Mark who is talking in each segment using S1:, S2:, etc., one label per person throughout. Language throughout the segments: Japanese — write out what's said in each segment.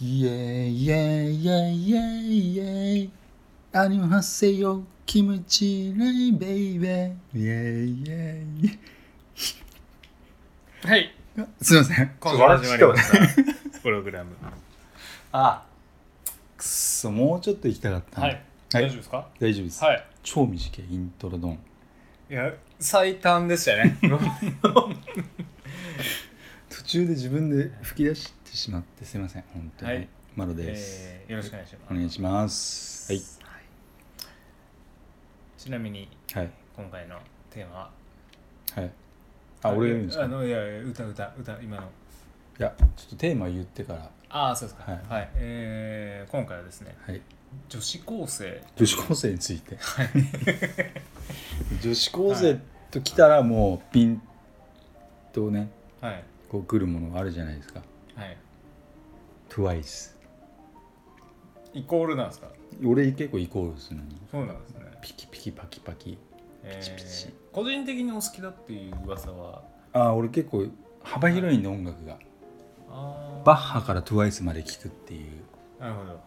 S1: イエーイイエーイイエーイイエーイイエーイアニョハセヨキムチレイベイベーイエーイイエーイ
S2: はい。
S1: すいません
S2: 今度始まりました。プログラム。
S1: あくっそもうちょっと行きたかったな
S2: はい。大丈夫ですか
S1: 大丈夫です、
S2: はい。
S1: 超短いイントロドン
S2: いや、最短でした ね。
S1: 途中で自分で吹き出してしまってすいません本当に、
S2: はい
S1: マロです、
S2: えーよろしくお願いし
S1: お
S2: ま
S1: 願いしますはい
S2: す。はい。ちなみに、
S1: はい
S2: 今回のテーマは。
S1: はいあ俺が言うんですか
S2: あ
S1: い
S2: の、いやいや、歌、歌、歌、今の。
S1: やちょっとテーマ言ってから
S2: ああ、そうですか。
S1: はい
S2: はい。えー今回はですね、
S1: はい
S2: 女子高生。
S1: 女子高生について 女子高生と来たらもうピンとね
S2: はい。
S1: こう来るものがあるじゃないですか
S2: はい。
S1: TWICE
S2: イコールなんですか
S1: 俺結構イコールするのに
S2: そうなんですね。
S1: ピキピキパキパキ
S2: え
S1: ピチピチ
S2: ー個人的にお好きだっていう噂は。
S1: ああ俺結構幅広いんで音楽が
S2: あー
S1: バッハから TWICE まで聴くっていう
S2: なるほど。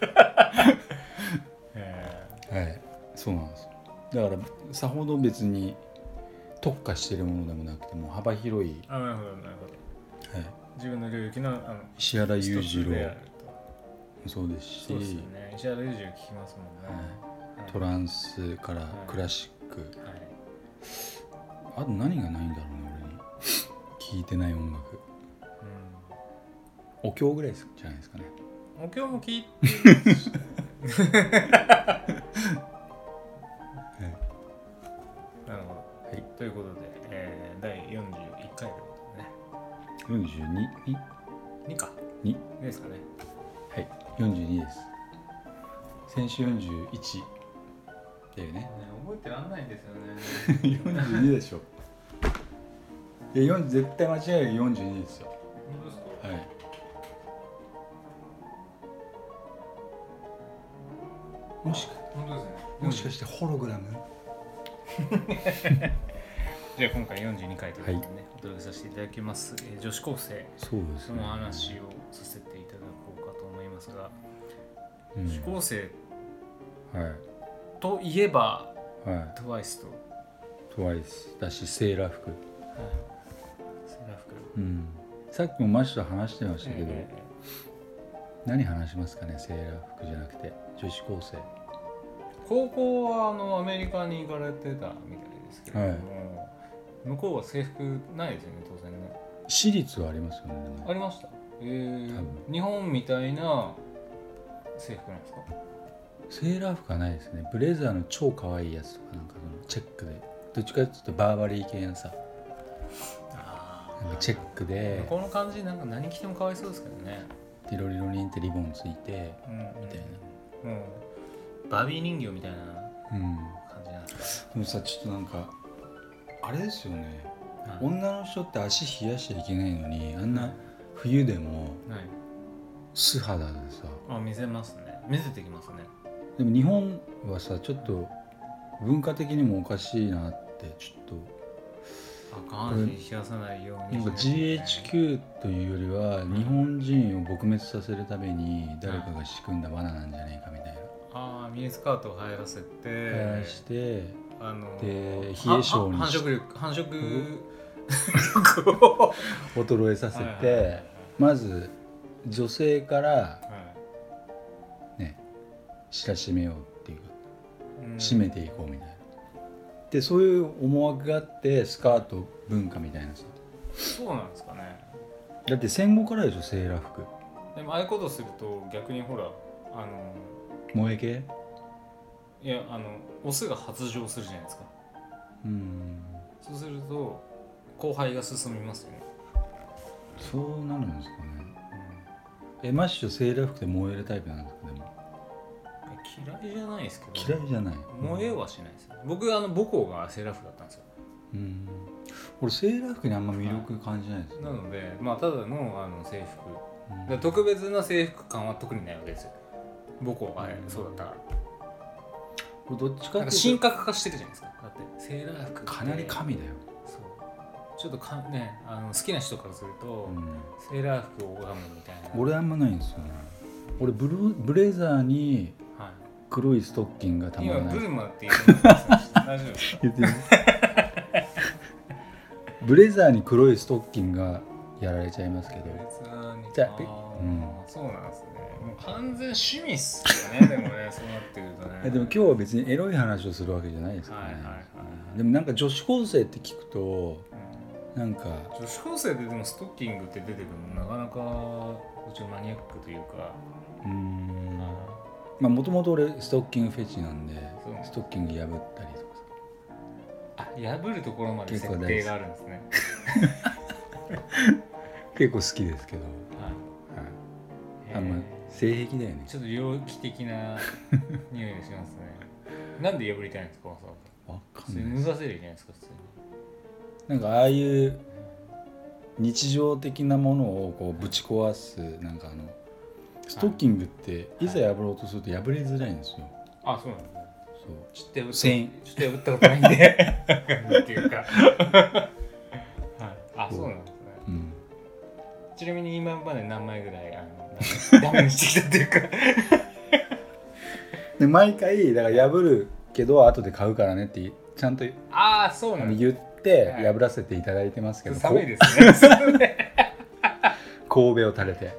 S2: え
S1: はいそうなんですよだからさほど別に特化してるものでもなくてもう幅広い、
S2: ー、あなるほどなるほど。
S1: はい、
S2: 自分の領域のあの
S1: 石原裕次郎
S2: 一つである
S1: もそうですし
S2: とそうですよね。石原裕次郎聞きますもんね。
S1: は、
S2: はいい
S1: トランスからクラシック、
S2: はい
S1: あと何がないんだろうね俺に聞いてない音楽お経ぐらいじゃないですかね
S2: うん、お経も聞いてる しなるほど。
S1: はい
S2: ということで、えー、第41回ということでね。
S1: 42に
S2: 2か。
S1: に
S2: ですかね。
S1: はい42です先週41だよね
S2: 覚えてらんないんですよね。
S1: 42でしょ いや40絶対間違える42ですよ
S2: 本当ですか
S1: はいもしか
S2: 本当ですね。
S1: もしかしてホログラム、
S2: じゃあ今回42回ということでね、お届けさせていただきます、えー女子高生
S1: そうで
S2: その話をさせていただこうかと思いますが、
S1: うん
S2: 女子高生
S1: はい
S2: といえば
S1: は
S2: TWICE と、
S1: い、トワイスだしセーラー服、
S2: セーラー服
S1: うん、さっきもマッシュと話してましたけど、
S2: え
S1: 何話しますかねセーラー服じゃなくて女子高生
S2: ー高校はあのアメリカに行かれてたみたいですけれども、向こうは制服ないですよね当然ね
S1: 私立はありますよねで
S2: あ
S1: も
S2: りましたえー
S1: 多分
S2: 日本みたいな制服なんですか
S1: セーラー服はないですねブレザーの超可愛いやつとかなんかそのチェックでどっちかっていうとバーバリー系のさ
S2: あ
S1: なんかチェックで
S2: この感じなんか何着てもかわいそうですけどね
S1: ティロリロリンってリボンついて
S2: うんうん
S1: みたい
S2: もうバービー人形みたいな
S1: なうん
S2: 感じなんです
S1: でもさちょっとなんかあれですよね
S2: かね
S1: 女の人って足冷やしちゃいけないのにあんな冬でも
S2: はい
S1: 素肌でさ
S2: あ見せますね見せてきますね
S1: でも日本はさちょっと文化的にもおかしいなってちょっと
S2: あ下半身冷やさないよう
S1: な
S2: に
S1: んか
S2: しなきゃい
S1: GHQ というよりは日本人を撲滅させるために誰かが仕組んだ罠なんじゃないかみたい
S2: けないああミニスカートを入らせ
S1: な話
S2: て
S1: して
S2: あの
S1: で
S2: は
S1: 冷え性に
S2: は繁
S1: し
S2: 殖力繁殖力を
S1: 衰えさせてまず女性からね知らしめようっていうか締めていこうみたいなでそういう思惑があってスカート文化みたいなさ
S2: そうなんですかね
S1: だって戦後からでしょセーラー服
S2: でもああいうことすると逆にほらあの
S1: 萌え系
S2: いやあのオスが発情するじゃないですか
S1: うん
S2: そうすると後輩が進みますよね、
S1: そうなるんですかねえマッシュセーラー服で燃えるタイプなんですかでも
S2: 嫌いじゃないですけど
S1: 嫌いじゃない
S2: 燃えはしないですよ僕あの母校がセーラー服だったんですよ
S1: うん俺セーラー服にあんま魅力感じないですね、
S2: なのでまあただのあの制服だ
S1: うん
S2: から特別な制服感は特にないわけですよ母校が、
S1: うん
S2: そうだったから
S1: これどっちか
S2: なん
S1: っ
S2: か
S1: てい
S2: 神
S1: うと
S2: 格化してるじゃないですかだってセーラー服って
S1: かなり神だよ
S2: そうちょっとかねあの好きな人からすると、
S1: うん
S2: セーラー服を拝むみたいな
S1: 俺あんまないんですよね俺ブルーブレザーに
S2: はい
S1: 黒いストッキングがたま
S2: 今
S1: らな
S2: ブ
S1: い
S2: ルマって言ってました大丈夫ですか
S1: 言ってるブレザーに黒いストッキングがやられちゃいますけど
S2: 別に
S1: じゃあ
S2: あ
S1: ピ
S2: ーそうなんですねもう完全趣味っす よねでもねそうなってくるとね
S1: えでも今日は別にエロい話をするわけじゃないですからね、
S2: はいはいはい
S1: うんでもなんか女子高生って聞くと
S2: う
S1: なんか
S2: ん女子高生ででもストッキングって出てくるのなかなかうちマニアックというか
S1: うーんまあもともと俺ストッキングフェチなんで
S2: そう
S1: ストッキング破ったりとかさ
S2: あ破るところまで
S1: 結構
S2: 設
S1: 大
S2: 定
S1: 事
S2: があるんですね
S1: 結構好きですけど、
S2: はい
S1: はい、
S2: えー
S1: あんま性癖だよね
S2: ちょっと猟奇的な匂いがしますね なんで破りたいんですかわざわ
S1: わ
S2: ざ
S1: か
S2: そ
S1: んな
S2: れ
S1: い
S2: 脱がせるじゃないですか普通に
S1: なんかああいう日常的なものをこうぶち壊すなんかあのストッキングっていざ破ろうとすると破れづらいんですよ。
S2: あそうなんですね
S1: そう
S2: ちょっと破った
S1: 繊
S2: ちょっと破ったことないんでわかんないっていうかはいあそうなんですね
S1: うん、
S2: ちなみに今まで何枚ぐらいあのダメにしてきたっていうか
S1: で毎回だから破るけど後で買うからねってちゃんと
S2: ああそう
S1: あ
S2: な
S1: の
S2: んで
S1: 言って
S2: はい
S1: 破らせていただいてますけど、
S2: す寒い
S1: こ
S2: ですね
S1: 神戸を垂れて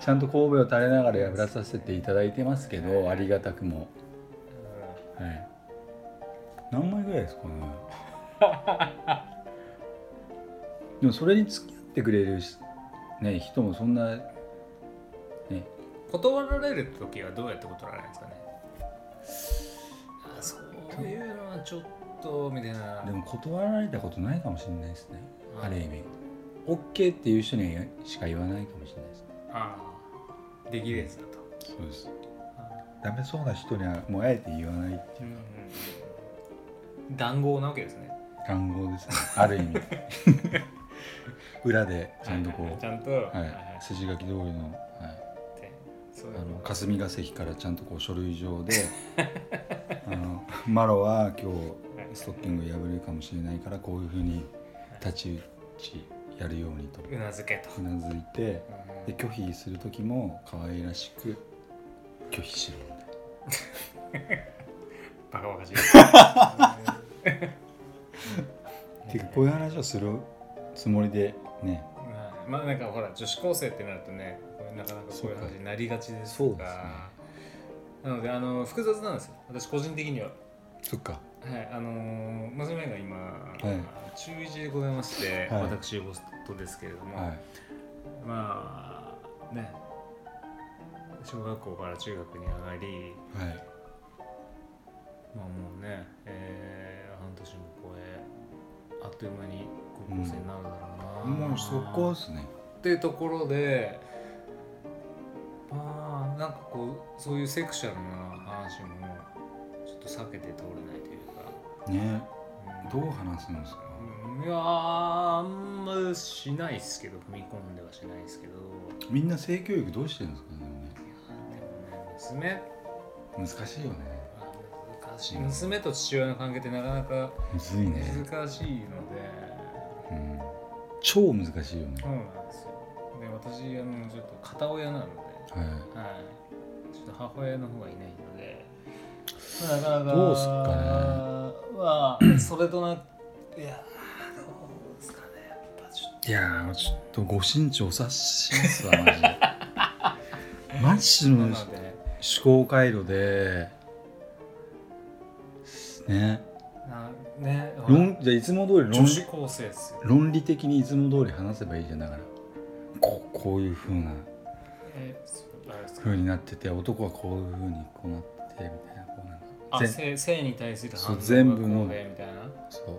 S1: ちゃんと神戸を垂れながら破らさせていただいてますけどありがたくも、はい、何枚ぐらいです かねでもそれに付き合ってくれるし、ね、人もそんな
S2: 断られる時はどうやって断られるんですかねあそういうのはちょっとみたいな
S1: でも断られたことないかもしれないですね
S2: はい
S1: ある意味 OK っていう人にしか言わないかもしれないですね
S2: ああできるやつだと、
S1: そうですダメそうな人にはもうあえて言わないって
S2: う
S1: いう
S2: んうんうん談合なわけですね
S1: 単語ですねある意 味裏でちゃんとこ
S2: はいはいち
S1: う、
S2: ゃんと、はい
S1: は
S2: はい
S1: い、筋書き通りの,、はい、
S2: ってそういう
S1: あの
S2: の
S1: 霞が関からちゃんとこう書類上 であのマロは今日ストッキング破れるかもしれないからこういうふうに太刀打ちやるようにと
S2: うなずけと、
S1: うなずいて
S2: う
S1: で
S2: ん
S1: 拒否する時も可愛らしく拒否しろみたいな
S2: バカバ カしい
S1: てかこういう話をするつもりでね
S2: はいまあなんかほら女子高生ってなるとねこれなかなかこういう話になりがちです
S1: そう
S2: が
S1: か
S2: なのであの複雑なんですよ私個人的には
S1: そっか
S2: はいあのー娘が今、中1でございまして、
S1: はい
S2: 私ごとですけれども、
S1: はい
S2: まあね小学校から中学に上がり
S1: はい
S2: まあもうね、えー半年も超えあっという間に高校生になるだろうな、
S1: もうそこですね
S2: っていうところでまあなんかこうそういうセクシャルな話もちょっと避けて通れないというか、
S1: ね
S2: うん
S1: どう話すんですか
S2: うんいやーあんましないっすけど踏み込んではしないっすけど
S1: みんな性教育どうしてるんですかね
S2: いやでもね娘
S1: 難しいよね
S2: あ難しい娘と父親の関係ってなかなか
S1: むずいね、
S2: 難しいので、
S1: うん、超難しいよね
S2: そうなんですよで私あのちょっと片親なので
S1: はい
S2: はい、ちょっと母親の方がいないので、まあなかなか
S1: どうすっかね
S2: まあ、 それとな、いやー、どうすかね、やっぱちょっ
S1: いやーちょっとご身長お察します わマジで
S2: と、
S1: マ
S2: な
S1: ジ
S2: の
S1: の
S2: で、
S1: 思考回路でね
S2: なね、ほら
S1: 論じゃあいつも通り論
S2: 女
S1: 理
S2: 子高生ですよ。
S1: 論理的にいつも通り話せばいいじゃんだからこうこういうふうな
S2: えそうあれです
S1: ふ
S2: か
S1: うになってて男はこういうふうにこうなっててみたいなこうなんか
S2: あ
S1: 全
S2: 性性に対する
S1: そう
S2: 反応が
S1: 全部の
S2: こうでみたいな。
S1: そう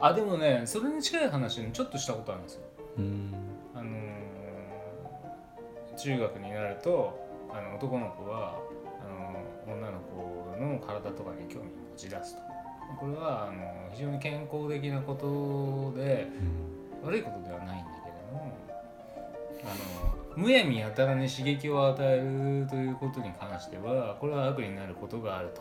S2: あ、でもね、それに近い話ね、ちょっとしたことあるんですよ。
S1: うーん
S2: あのー中学になるとあの男の子はあの女の子の体とかに興味を持ち出すとこれはあの非常に健康的なことで悪いことではないんだけれどもあのむやみやたらに刺激を与えるということに関してはこれは悪になることがあると。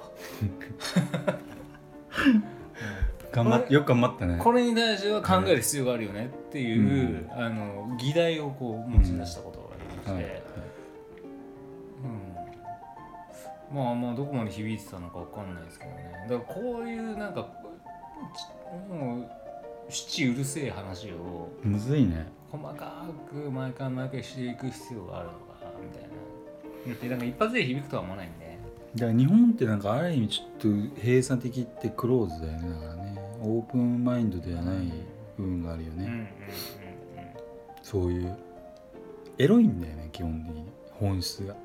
S1: 頑張っよく頑張ったね
S2: これに対しては考える必要があるよねっていう、あの議題をこう持ち出したことがありまして、
S1: はい
S2: うんまあまあどこまで響いてたのかわかんないですけどねだからこういうなんかちもう七うるせえ話を
S1: むずいね
S2: 細かく毎回毎回していく必要があるのかなみたいなでなんか一発で響くとは思わないんで
S1: だから日本ってなんかある意味ちょっと閉鎖的ってクローズだよねだからねオープンマインドではない部分があるよ
S2: う
S1: ね、
S2: んうんうん
S1: そういうエロいんだよね基本的に本質が
S2: うん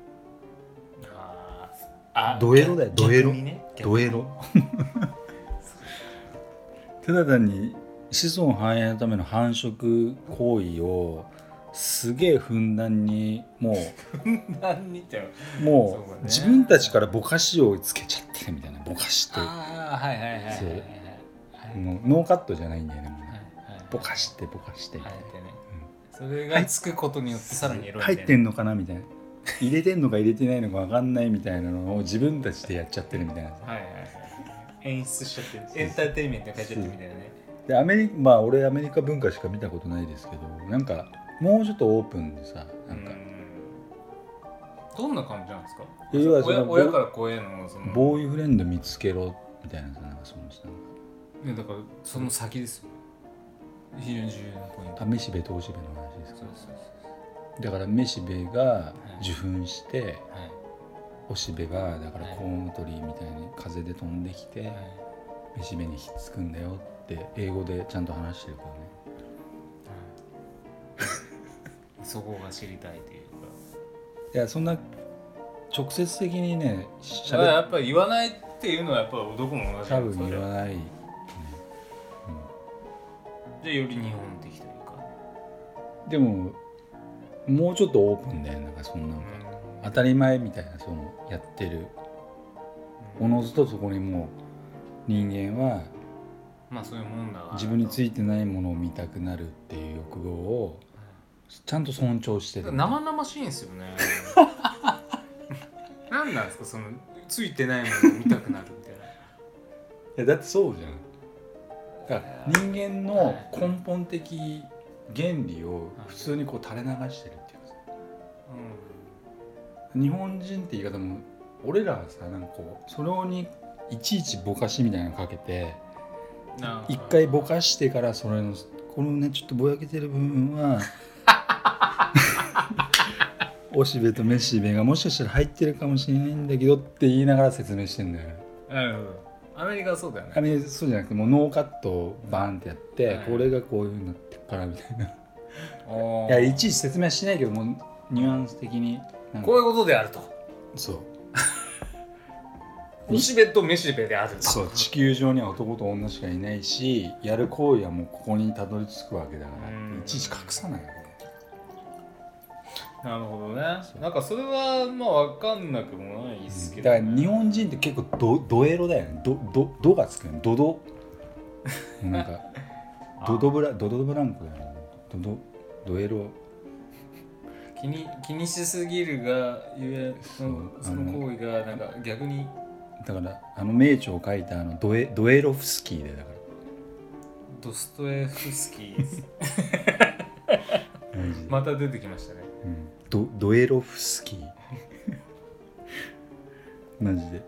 S2: あーあ
S1: ドエロだよドエロ
S2: 逆にね
S1: ドエ ロただ単に子孫繁栄のための繁殖行為をすげえふんだんにも
S2: 何人って
S1: うも
S2: そう
S1: う
S2: だね
S1: 自分たちからぼかしをつけちゃってるみたいなぼかしって
S2: ああはいはいはいはいはい
S1: そう
S2: はい
S1: もうノーカットじゃないんだよねもう
S2: はい
S1: ね
S2: はい
S1: ぼかしてぼかしてみた
S2: あ
S1: いな
S2: えてねそれがつくことによってさらにエロい
S1: 入って
S2: ん
S1: んのかなみたいな入れてんのか入れてないのか分かんないみたいなのを自分たちでやっちゃってるみたいな
S2: はいはいはい演出しちゃってるエンターテインメントに変えちゃってるみたいなね
S1: でアメリまあ俺アメリカ文化しか見たことないですけどなんかもうちょっとオープンでさなんか
S2: うんどんな感じなんですか
S1: 要はそ
S2: 親
S1: の
S2: 親から子へのその
S1: ボーイフレンド見つけろみたいなさなんかそのさ
S2: ねだからその先ですよ非常に重要なポイント
S1: あメシベとオシベの話です
S2: そうそう
S1: だからメシベが受粉して
S2: そうはい
S1: オシベがだからコウノトリみたいに風で飛んできて
S2: はい
S1: メシベにひっつくんだよって英語でちゃんと話してるからね
S2: うんそこが知りたいというか
S1: いやそんな直接的にねし
S2: だ
S1: ゃ
S2: から
S1: べ
S2: やっぱり言わないっていうのはやっぱ男も同じ
S1: 多
S2: なんです
S1: 分
S2: よ
S1: 言わない
S2: じゃあより日本的というか
S1: でももうちょっとオープンだよなんかそんなんか当たり前みたいなそのやってる
S2: う
S1: お
S2: ん
S1: のずとそこにもう人間は
S2: まあそういうもんだわ
S1: 自分についてないものを見たくなるっていう欲望をちゃんと尊重してる
S2: 生々しいんです よね何なんですかそのついてないものを見たくなるみたいない
S1: やだってそうじゃんだから人間の根本的原理を普通にこう垂れ流してるっていうかさ日本人って言い方も俺らはさなんかこうそれにいちいちぼかしみたいなのかけて
S2: うんなんか
S1: 一回ぼかしてからそれのこのねちょっとぼやけてる部分はおしべとめしべがもしかしたら入ってるかもしれないんだけどって言いながら説明してんだよね
S2: なるほどアメリカはそうだよ
S1: あ
S2: ね
S1: れそうじゃなくてもうノーカットをバーンってやって、
S2: はい
S1: これがこういうふうになってっからみたいな、
S2: おー
S1: いやいちいち説明はしないけどもうニュアンス的になんか
S2: こういうことであると
S1: そう
S2: おしべとめしべであると
S1: そう地球上には男と女しかいないしやる行為はもうここにたどり着くわけだから
S2: うん
S1: いちいち隠さないわけ
S2: なるほどねなんかそれはまあ分かんなくもないですけど、
S1: だ
S2: ね、
S1: から日本人って結構ドドエロだよねドドドがつくよねドドもうなん か
S2: あ
S1: ドドブラドドブランコだよねドドドエロ
S2: 気に気にしすぎるがゆえその
S1: そう
S2: その行為がなんか逆に
S1: だからあの名著を書いたあのドエドエロフスキーでだか
S2: ドストエフスキーです
S1: ら、
S2: また出てきましたね
S1: うんドドエロフスキー マジで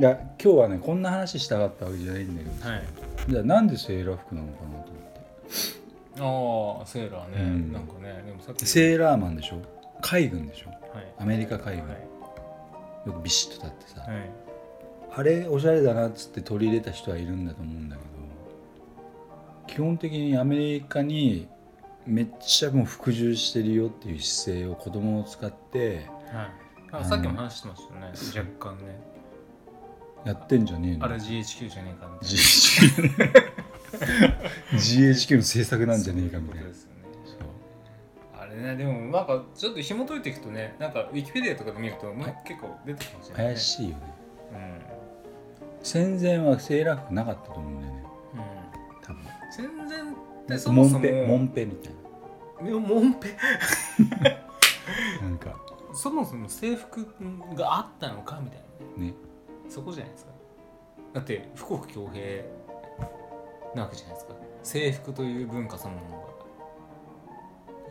S1: いや今日はねこんな話したかったわけじゃないんだけど
S2: はい
S1: じゃあなんでセーラー服なのかなと思って
S2: ああセーラーね、
S1: うん
S2: なんかねでもさっき
S1: セーラーマンでしょ海軍でしょ
S2: はい
S1: アメリカ海軍、
S2: は
S1: よくビシッと立ってさ、
S2: い、はい、
S1: あれおしゃれだなっつって取り入れた人はいるんだと思うんだけど基本的にアメリカにめっちゃもう服従してるよっていう姿勢を子供を使って
S2: はい、あさっきも話してましたね
S1: そう
S2: 若干ね
S1: やってんじゃねえの
S2: あれ GHQ じゃねえかみたいな
S1: GHQ の政策なんじゃねえかみたいな
S2: そういうことですよねあれねでもなんかちょっと紐解いていくとねなんかウィキペディアとかで見ると、まあ、結構出てきまし
S1: そう
S2: たね
S1: 怪しいよね
S2: うん、うん、
S1: 戦前はセーラー服なかったと思うんだよね多分
S2: 戦前ってそも
S1: モ
S2: そも
S1: ンペモンペみたい
S2: いやもんぺ
S1: ななんか
S2: そもそも制服があったのかみたいなね
S1: ね
S2: そこじゃないですかだって富国強兵なわけじゃないですか制服という文化そのも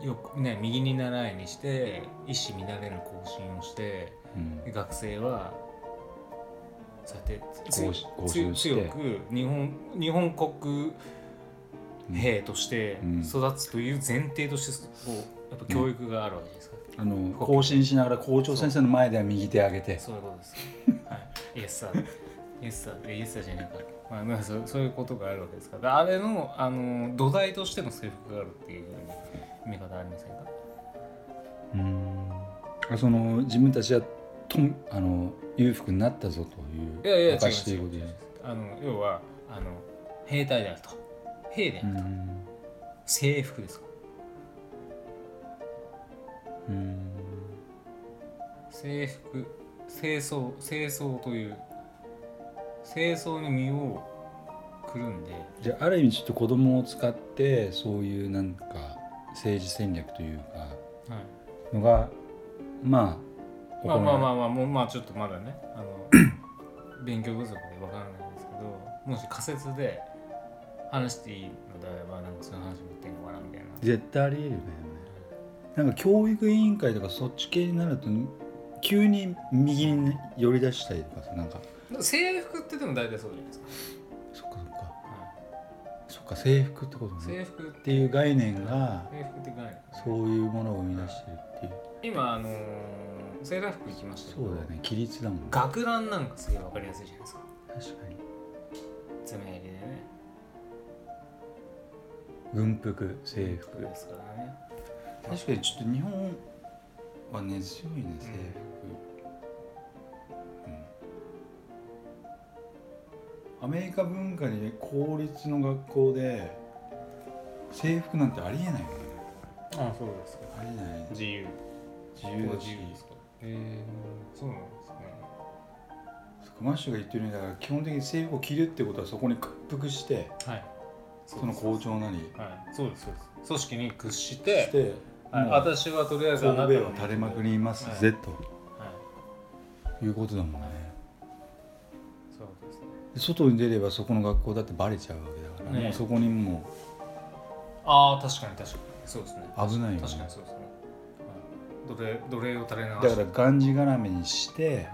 S2: のがよくね右に習いにして一糸乱れる行進をして
S1: うん
S2: 学生はさてつ
S1: 行進行
S2: つ
S1: 進して
S2: 強く日本日本国兵として
S1: うん
S2: 育つという前提としてこうやっぱ教育があるわけじゃないですか、
S1: あの更新しながら校長先生の前では右手上げて
S2: そういうことです。はい。イエスサー。イエスサー。イエスサーじゃねえか。まあ、まあ、そうそういうことがあるわけですから。あれの、あの、土台としての制服があるっていう見方ありませんか。
S1: うんあその自分たちはとんあの裕福になったぞという
S2: いやいや、違う
S1: 証しと
S2: 違
S1: いううこと
S2: 違
S1: じゃ
S2: う
S1: ない
S2: あの、要は、あの、兵隊であると。兵であ
S1: う
S2: ると。
S1: ん
S2: 制服ですか。
S1: うん
S2: 制服。清掃、清掃という。清掃に身を。くるんで。
S1: じゃあある意味ちょっと子供を使ってそういうなんか政治戦略というか
S2: はい。
S1: のがまあ
S2: まあまあま
S1: あ
S2: あまあもうまあちょっとまだねあ の勉強不足でわからないんですけどもし仮説で話していいのであればなんかそういう話もってんのかなみたいな
S1: 絶対ありえるよねなんか教育委員会とかそっち系になると急に右に寄り出したりとかさなんか
S2: でも制服ってでも大体そうじゃないですか、
S1: そっかそっか
S2: は
S1: そっか制服ってこと
S2: い、
S1: ね
S2: 制服っ
S1: ってていう概念が
S2: 制服って概念
S1: そういうものを生み出してるっていう
S2: 今あのー、セーラー服行きましたけ
S1: そ
S2: ど
S1: うだよね規律だもんね確
S2: 学ランなんかすげえわかりやすいじゃないですか
S1: かに
S2: 爪襟でね
S1: 軍服制
S2: 服
S1: 服
S2: ですからね
S1: 確かにちょっと日本は根強いね制服、うんアメリカ文化に公立の学校で制服なんてありえないよね
S2: ああそうですか
S1: ありえない
S2: 自由
S1: 自由だ
S2: 自
S1: し
S2: 由ですかへえそうなんですね
S1: そっかマッシュが言ってるんだから基本的に制服を着るってことはそこに屈服して
S2: はい。
S1: その校長なり
S2: はい。そうです、そうです。組織に屈し、
S1: してて
S2: はい
S1: もう
S2: 私はとりあえずあなた
S1: 神戸を垂れまくります
S2: はい
S1: ぜと
S2: はい。
S1: いうことだもんね
S2: そうですね。
S1: 外に出ればそこの学校だってバレちゃうわけだから、
S2: ね
S1: もうそこにも
S2: ああ、確かに確かに。そうですね。
S1: う危ないよね
S2: 確かにそうですね。はい、奴隷奴隷を垂れ流
S1: だ
S2: し
S1: から
S2: て、
S1: がんじがらめにして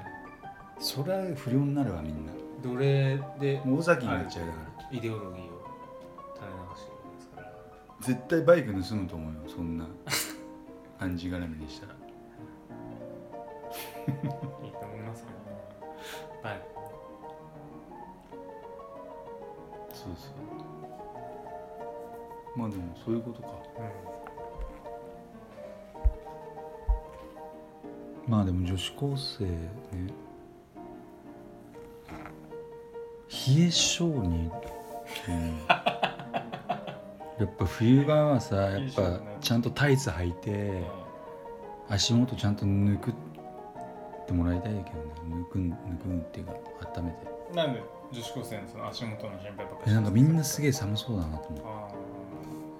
S1: それは不良になるわみんな
S2: 奴隷で
S1: 大崎になっちゃうだから、
S2: イデオロギーを垂れ流してるんですから。
S1: 絶対バイク盗むと思うよそんな がんじがらめにしたら
S2: いいと思いますけどね。はい。
S1: そうそうまあでもそういうことかまあでも女子高生ね冷え性 に、うん、やっぱ冬場はさやっぱちゃんとタイツ履い
S2: うん。
S1: て
S2: はい
S1: 足元ちゃんと抜くってもらいたいけどね抜くん抜くんっていうか温めて
S2: なんで女子高生のその足元の心配ばっかり
S1: えなんかみんなす
S2: げ
S1: げえ寒そうだなと思う
S2: ああ。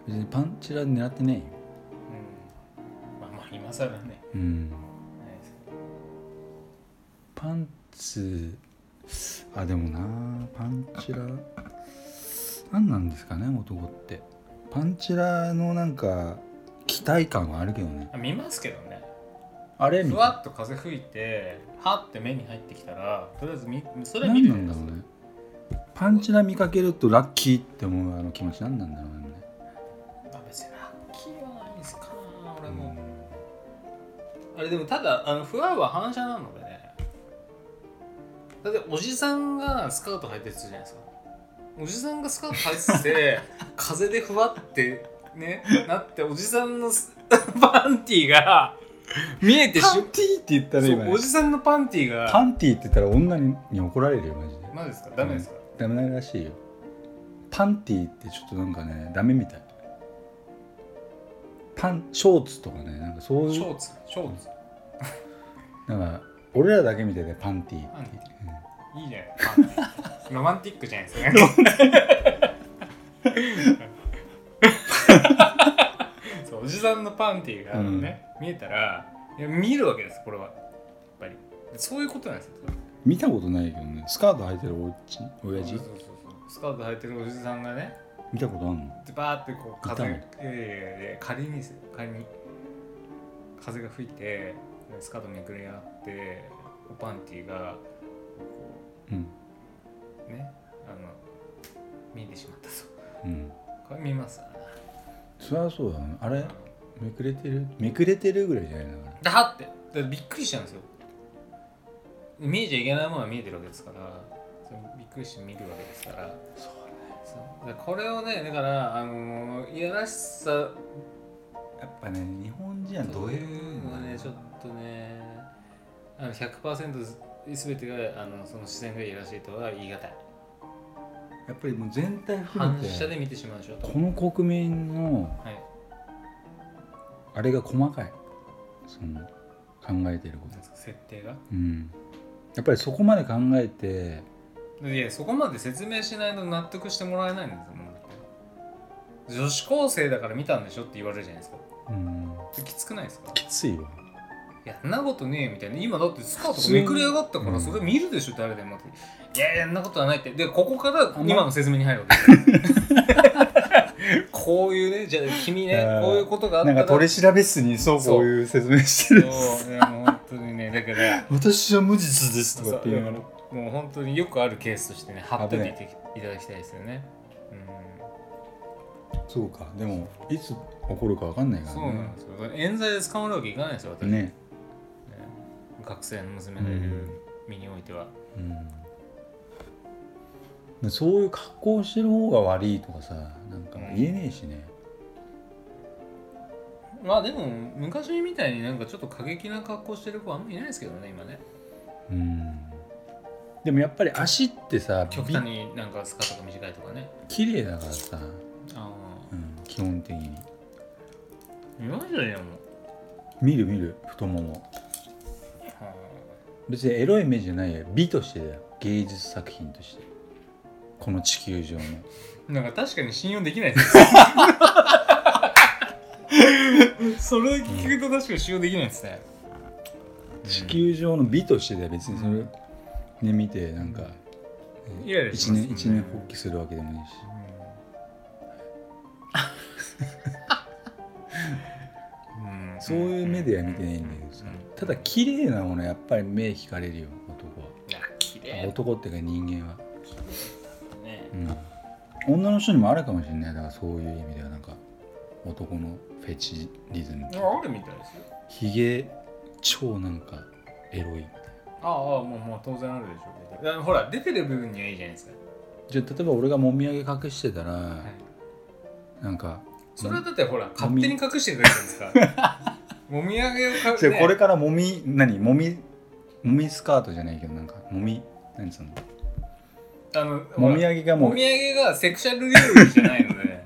S1: 別にパンチラ狙ってないよ
S2: うん。まあまあ、今更ね。
S1: うん
S2: ないですけ
S1: パ
S2: ど
S1: ンツあでもなパンチラ何なんですかね男ってパンチラのなんか期待感はあるけどね
S2: あ見ますけどね
S1: あれみ
S2: ふ
S1: たい
S2: わっと風吹いてはって目に入ってきたらとりあえずみそれは見
S1: 何
S2: る
S1: なんん
S2: で
S1: だろ
S2: すよ
S1: うねパンチラ見かけるとラッキーって思うあの気持ち何なんだろうね
S2: あ別にラッキーはないですかな
S1: う
S2: 俺も、
S1: ん
S2: あれでもただあのふわは反射なのでねだっておじさんがスカート履いてるじゃないですかおじさんがスカート履いて て風でふわってねなっておじさんの スパンティーが見えてし
S1: パンティーって言ったら
S2: そ
S1: 今
S2: うおじさんのパンティー
S1: パ
S2: が
S1: ンティーって言ったら女に怒られるよマジで
S2: マジですかダメですか、
S1: ダメらしいよパンティーってちょっとなんかねダメみたいパンショーツとかねなんかそうい
S2: ショ
S1: う
S2: ーツショーツ
S1: なんか俺らだけみたいでパンティー
S2: パン
S1: っ
S2: テ
S1: て
S2: ィ
S1: う
S2: ー
S1: ん
S2: いいじゃないロマンティックじゃないですか。そうおじさんのパンティーがね、見えたらいや見るわけですこれはやっぱりそういうことなんですよ。
S1: 見たことないけどねスカート履いてるおっち親父
S2: そうそうそうスカート履いてるおじさんがね
S1: 見たことあんの
S2: でバーってこう風
S1: い
S2: いやいやいやいや仮にですよ仮に風が吹いてスカートめくれ上がってパンティーが
S1: うん
S2: ねあの見えてしまったと
S1: うん
S2: これ見ますわな
S1: そりゃそうだねあれめくれてるめくれてるぐらいじゃないのあれ
S2: だってだからびっくりしたんですよ見えちゃいけないものは見えてるわけですからそれびっくりして見るわけですから
S1: そう
S2: そうだからこれをねだからあのいやらしさ
S1: やっぱね日本人はどういう
S2: のねちょっとねあの100%ず全てがあのその視線がいやらしいとは言い難い
S1: やっぱりもう全体含
S2: 反
S1: め
S2: 射
S1: て
S2: で見てしまうでしょうと
S1: この国民の
S2: はい
S1: あれが細かいその考えてるこ
S2: な
S1: と
S2: んですか設定が
S1: うんやっぱりそこまで考えて
S2: いやそこまで説明しないと納得してもらえないんですもんだって女子高生だから見たんでしょって言われるじゃないですか
S1: うん
S2: それきつくないですか
S1: きついわ
S2: いやんなことねえみたいな今だってスカートめくれ上がったか
S1: う
S2: ら
S1: ん
S2: それ見るでしょ誰でもっていやいやんなことはないってでここから
S1: ま
S2: 今の説明に入るわ けですこういうねじゃあ君ね
S1: あー
S2: こういうことがあった
S1: なん
S2: ら
S1: か取り調べ室にそう
S2: そう
S1: こういう説明してる
S2: そういやもう本当にねだから
S1: 私は無実です
S2: そう
S1: とか
S2: だ
S1: っ
S2: か
S1: て
S2: ら
S1: いうの
S2: もう本当によくあるケースとしてね貼っといてい
S1: 危
S2: ていただきたいですよねうん
S1: そうかでもいつ起こるかわかんないから
S2: そうなんですよ。冤罪で捕まるわけいかないですよ、私。
S1: ね
S2: 学生の娘がいる身においては。
S1: うん、そういう格好をしてる方が悪いとかさなんか言えねえしね、
S2: まあでも、昔みたいになんかちょっと過激な格好してる子はあんまいないですけどね、今ね。
S1: うん、でもやっぱり足ってさ
S2: 極端になんかスカートが短いとかね。
S1: び綺麗だからさ、
S2: あ
S1: うん、基本的に
S2: あ。いないじゃねえよ、もう。
S1: 見る見る太もも別にエロい目じゃないよ美としてだよ芸術作品としてこの地球上の
S2: なんか確かに信用できないですね それ聞くと確かに信用できないですね。
S1: 地球上の美としてだよ別にそれ、
S2: うん
S1: ね見てなんか
S2: イライラし
S1: 一
S2: ますね
S1: 年一年発起するわけでもないし
S2: うん
S1: そういう目では見てないんだけどさ
S2: うん
S1: ただ綺麗なものやっぱり目惹かれるよ男は。
S2: いや綺麗
S1: あ男っていうか人間は、
S2: ね
S1: うん、女の人にもあるかもしれないだからそういう意味ではなんか男のフェチリズム
S2: あるみたいですよ
S1: ひげ超なんかエロいみたいな
S2: ああもうもう当然あるでしょうけどだからほら出てる部分にはいいじゃないですか、
S1: じゃあ例えば俺がもみあげ隠してたら、
S2: はい、
S1: なんか
S2: それはだってほら勝手に隠してるだけじゃないですかもみあげを か
S1: じゃあ
S2: ね
S1: これからもみ何もみもみスカートじゃないけどなんかもみ何その
S2: あの
S1: も
S2: も
S1: み
S2: みあ
S1: あげが
S2: げ
S1: も
S2: も
S1: う
S2: みあげがセクシャル領域じゃないので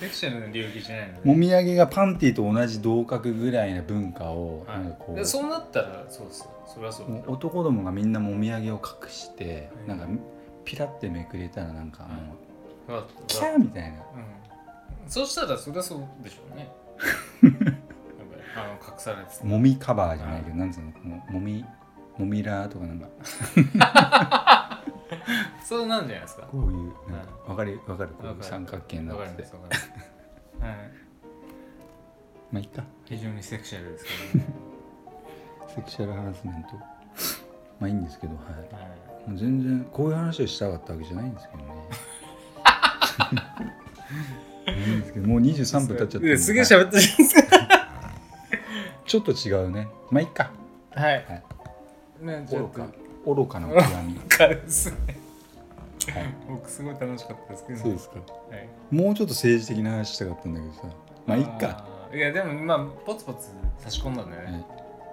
S2: セクシャルな領域じゃないので
S1: もみあげがパンティーと同じ同格ぐらいな文化を、
S2: は
S1: なんかこ
S2: い、
S1: う
S2: でそうなったらそうですよそれはそう
S1: もう男どもがみんなもみあげを隠して、
S2: はい
S1: なんかピラってめくれたらなんか、あ
S2: はい
S1: の
S2: ふわっと
S1: キャーみたいな
S2: うんそしたらそれはそうでしょうねあの隠されてた
S1: もみカバーじゃないけど、なんつうのもうもみもみラーとかなんか
S2: それなんじゃないですか
S1: こういうなんかわかるわかるこ
S2: わか
S1: う
S2: る
S1: 三角形にな
S2: わかり
S1: って
S2: ま
S1: て
S2: すわかりますはい
S1: まあいっか
S2: 非常にセクシャルですけどね、
S1: セクシャルハラスメントまあいいんですけどはい
S2: はい
S1: もう全然こういう話をしたかったわけじゃないんですけどねいいんです けどもう23分経っちゃったんで
S2: いやすげえ喋ってるじゃないです
S1: ちょっと違うねまあいっか
S2: かはい
S1: はい
S2: ねちょ
S1: 愚
S2: っと
S1: か愚かな極 み
S2: 軽いですね
S1: はい
S2: 僕すごい楽しかったですけどね
S1: そうですか
S2: はい
S1: もうちょっと政治的な話したかったんだけどさまあいっか
S2: あーいやでもまあポツポツ差し込んだんだよね、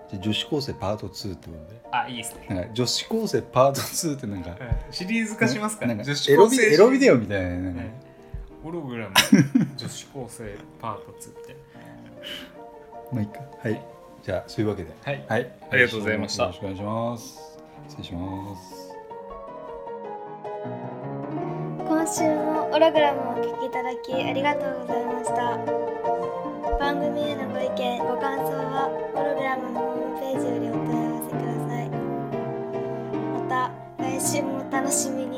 S1: じゃあ女子高生パート2ってこと
S2: あいいですね
S1: でなんか女子高生パート2ってなんか
S2: はいシリーズ化しますか
S1: なん
S2: ら、
S1: か
S2: 女子
S1: エロ
S2: 高
S1: ビ
S2: 生
S1: エロビデオみたいななんか
S2: はいホログラム女子高生パート2って
S1: まあいっかはいじゃあそういうわけで
S2: はい
S1: はい
S2: ありがとうございました
S1: よろしくお願いします失礼します
S3: 今週もオログラムをお聞きいただきありがとうございました番組へのご意見ご感想はオログラムのホームページよりお問い合わせくださいまた来週もお楽しみに